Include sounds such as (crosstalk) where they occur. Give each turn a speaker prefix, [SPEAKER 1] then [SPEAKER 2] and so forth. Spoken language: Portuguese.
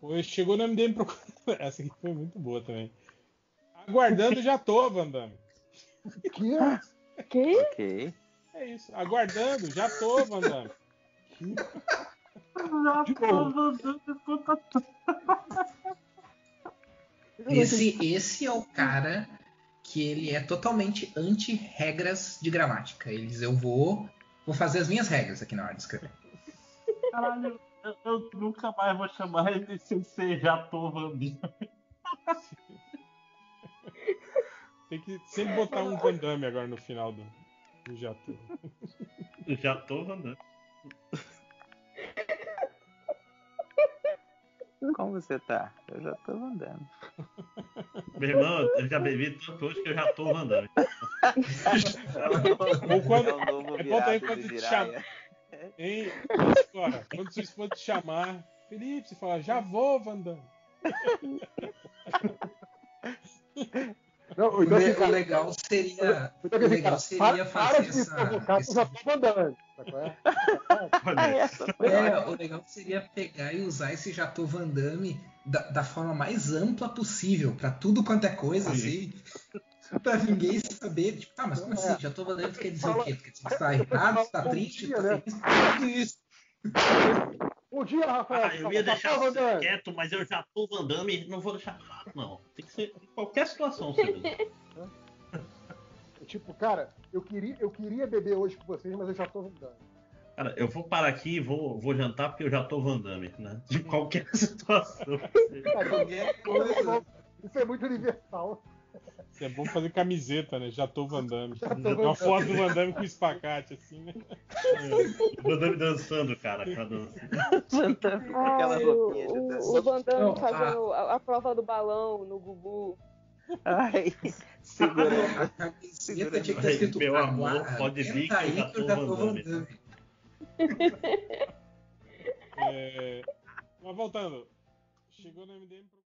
[SPEAKER 1] Foi, chegou no MDM procurando. (laughs) Essa aqui foi muito boa também. Aguardando já tô, Van Damme.
[SPEAKER 2] Ah,
[SPEAKER 3] Que? Que?
[SPEAKER 4] Ok.
[SPEAKER 1] É isso. Aguardando, já tô, Van Damme.
[SPEAKER 2] Já tô mandando conta tudo.
[SPEAKER 5] Esse, esse é o cara que ele é totalmente anti-regras de gramática. Ele diz, eu vou, vou fazer as minhas regras aqui na hora de escrever.
[SPEAKER 2] Caralho, eu, eu nunca mais vou chamar ele sem ser Jatô Vandinho.
[SPEAKER 1] Tem que sempre botar um Van Damme agora no final do, do já tô.
[SPEAKER 6] Já tô mandando.
[SPEAKER 4] Como você tá? Eu já tô andando.
[SPEAKER 6] Meu irmão, eu já bebi tanto hoje que eu já tô mandando.
[SPEAKER 1] Ou quando.
[SPEAKER 4] É o novo
[SPEAKER 1] é bom também
[SPEAKER 4] virado
[SPEAKER 1] quando
[SPEAKER 4] do
[SPEAKER 1] te
[SPEAKER 4] Jiraiya.
[SPEAKER 1] chama. Hein? Agora, quando sua esposa te chamar, Felipe, você fala, já vou, Van Damme.
[SPEAKER 3] Não,
[SPEAKER 5] O,
[SPEAKER 3] então,
[SPEAKER 5] le-
[SPEAKER 3] assim,
[SPEAKER 5] o legal seria, o
[SPEAKER 3] então, assim,
[SPEAKER 5] legal
[SPEAKER 3] cara,
[SPEAKER 5] seria
[SPEAKER 3] para, para
[SPEAKER 5] fazer
[SPEAKER 3] de me provocar, tu
[SPEAKER 5] essa.
[SPEAKER 3] já tô mandando. sabe qual é?
[SPEAKER 4] Ah, essa foi
[SPEAKER 5] É,
[SPEAKER 4] ótima.
[SPEAKER 5] o legal seria pegar e usar esse Jatô Van Damme da, da forma mais ampla possível, pra tudo quanto é coisa, assim. (laughs) pra ninguém saber, tipo, tá, mas como
[SPEAKER 3] É.
[SPEAKER 5] assim? Jatô Van Damme tu quer dizer o quê? Tu quer dizer que tá errado, tu tá
[SPEAKER 3] Bom
[SPEAKER 5] triste,
[SPEAKER 3] dia,
[SPEAKER 5] tu tá
[SPEAKER 3] né?
[SPEAKER 5] feliz, tudo isso.
[SPEAKER 3] Bom Um dia, Rafael.
[SPEAKER 6] Ah, eu ia
[SPEAKER 2] tá
[SPEAKER 3] Já
[SPEAKER 6] deixar
[SPEAKER 3] tô
[SPEAKER 6] você
[SPEAKER 3] mandando.
[SPEAKER 6] quieto, mas eu já tô mandando e não vou deixar chato, não. Tem que ser em qualquer situação, Silvio.
[SPEAKER 3] Tipo, cara, eu queria, eu queria beber hoje com vocês, mas eu já tô mandando.
[SPEAKER 6] Cara, eu vou parar aqui e vou, vou jantar porque eu já tô Vandame, né? De qualquer (laughs) situação.
[SPEAKER 5] Qualquer coisa.
[SPEAKER 3] Isso é muito universal.
[SPEAKER 1] Isso É bom fazer camiseta, né? Já tô Van Damme.
[SPEAKER 3] tô Van
[SPEAKER 1] Uma
[SPEAKER 3] Damme.
[SPEAKER 1] foto do Van Damme com espacate, assim, né?
[SPEAKER 6] Vandame dançando, cara, com a dança.
[SPEAKER 4] Jantando com aquela
[SPEAKER 3] Ai,
[SPEAKER 4] roupinha de
[SPEAKER 3] o-
[SPEAKER 4] dança.
[SPEAKER 3] o-
[SPEAKER 7] O Van
[SPEAKER 5] Não,
[SPEAKER 7] Damme fazendo a, a prova do balão no Gugu.
[SPEAKER 4] Ai, segurando.
[SPEAKER 5] A camiseta tinha que ter escrito
[SPEAKER 6] Meu amor,
[SPEAKER 5] "Aguarda,
[SPEAKER 6] pode vir
[SPEAKER 5] senta
[SPEAKER 6] que eu
[SPEAKER 5] aí
[SPEAKER 6] já
[SPEAKER 5] que eu
[SPEAKER 6] tô
[SPEAKER 5] já tô
[SPEAKER 6] mandando."
[SPEAKER 5] mandando.
[SPEAKER 1] É, Mas voltando. Chegou no MDM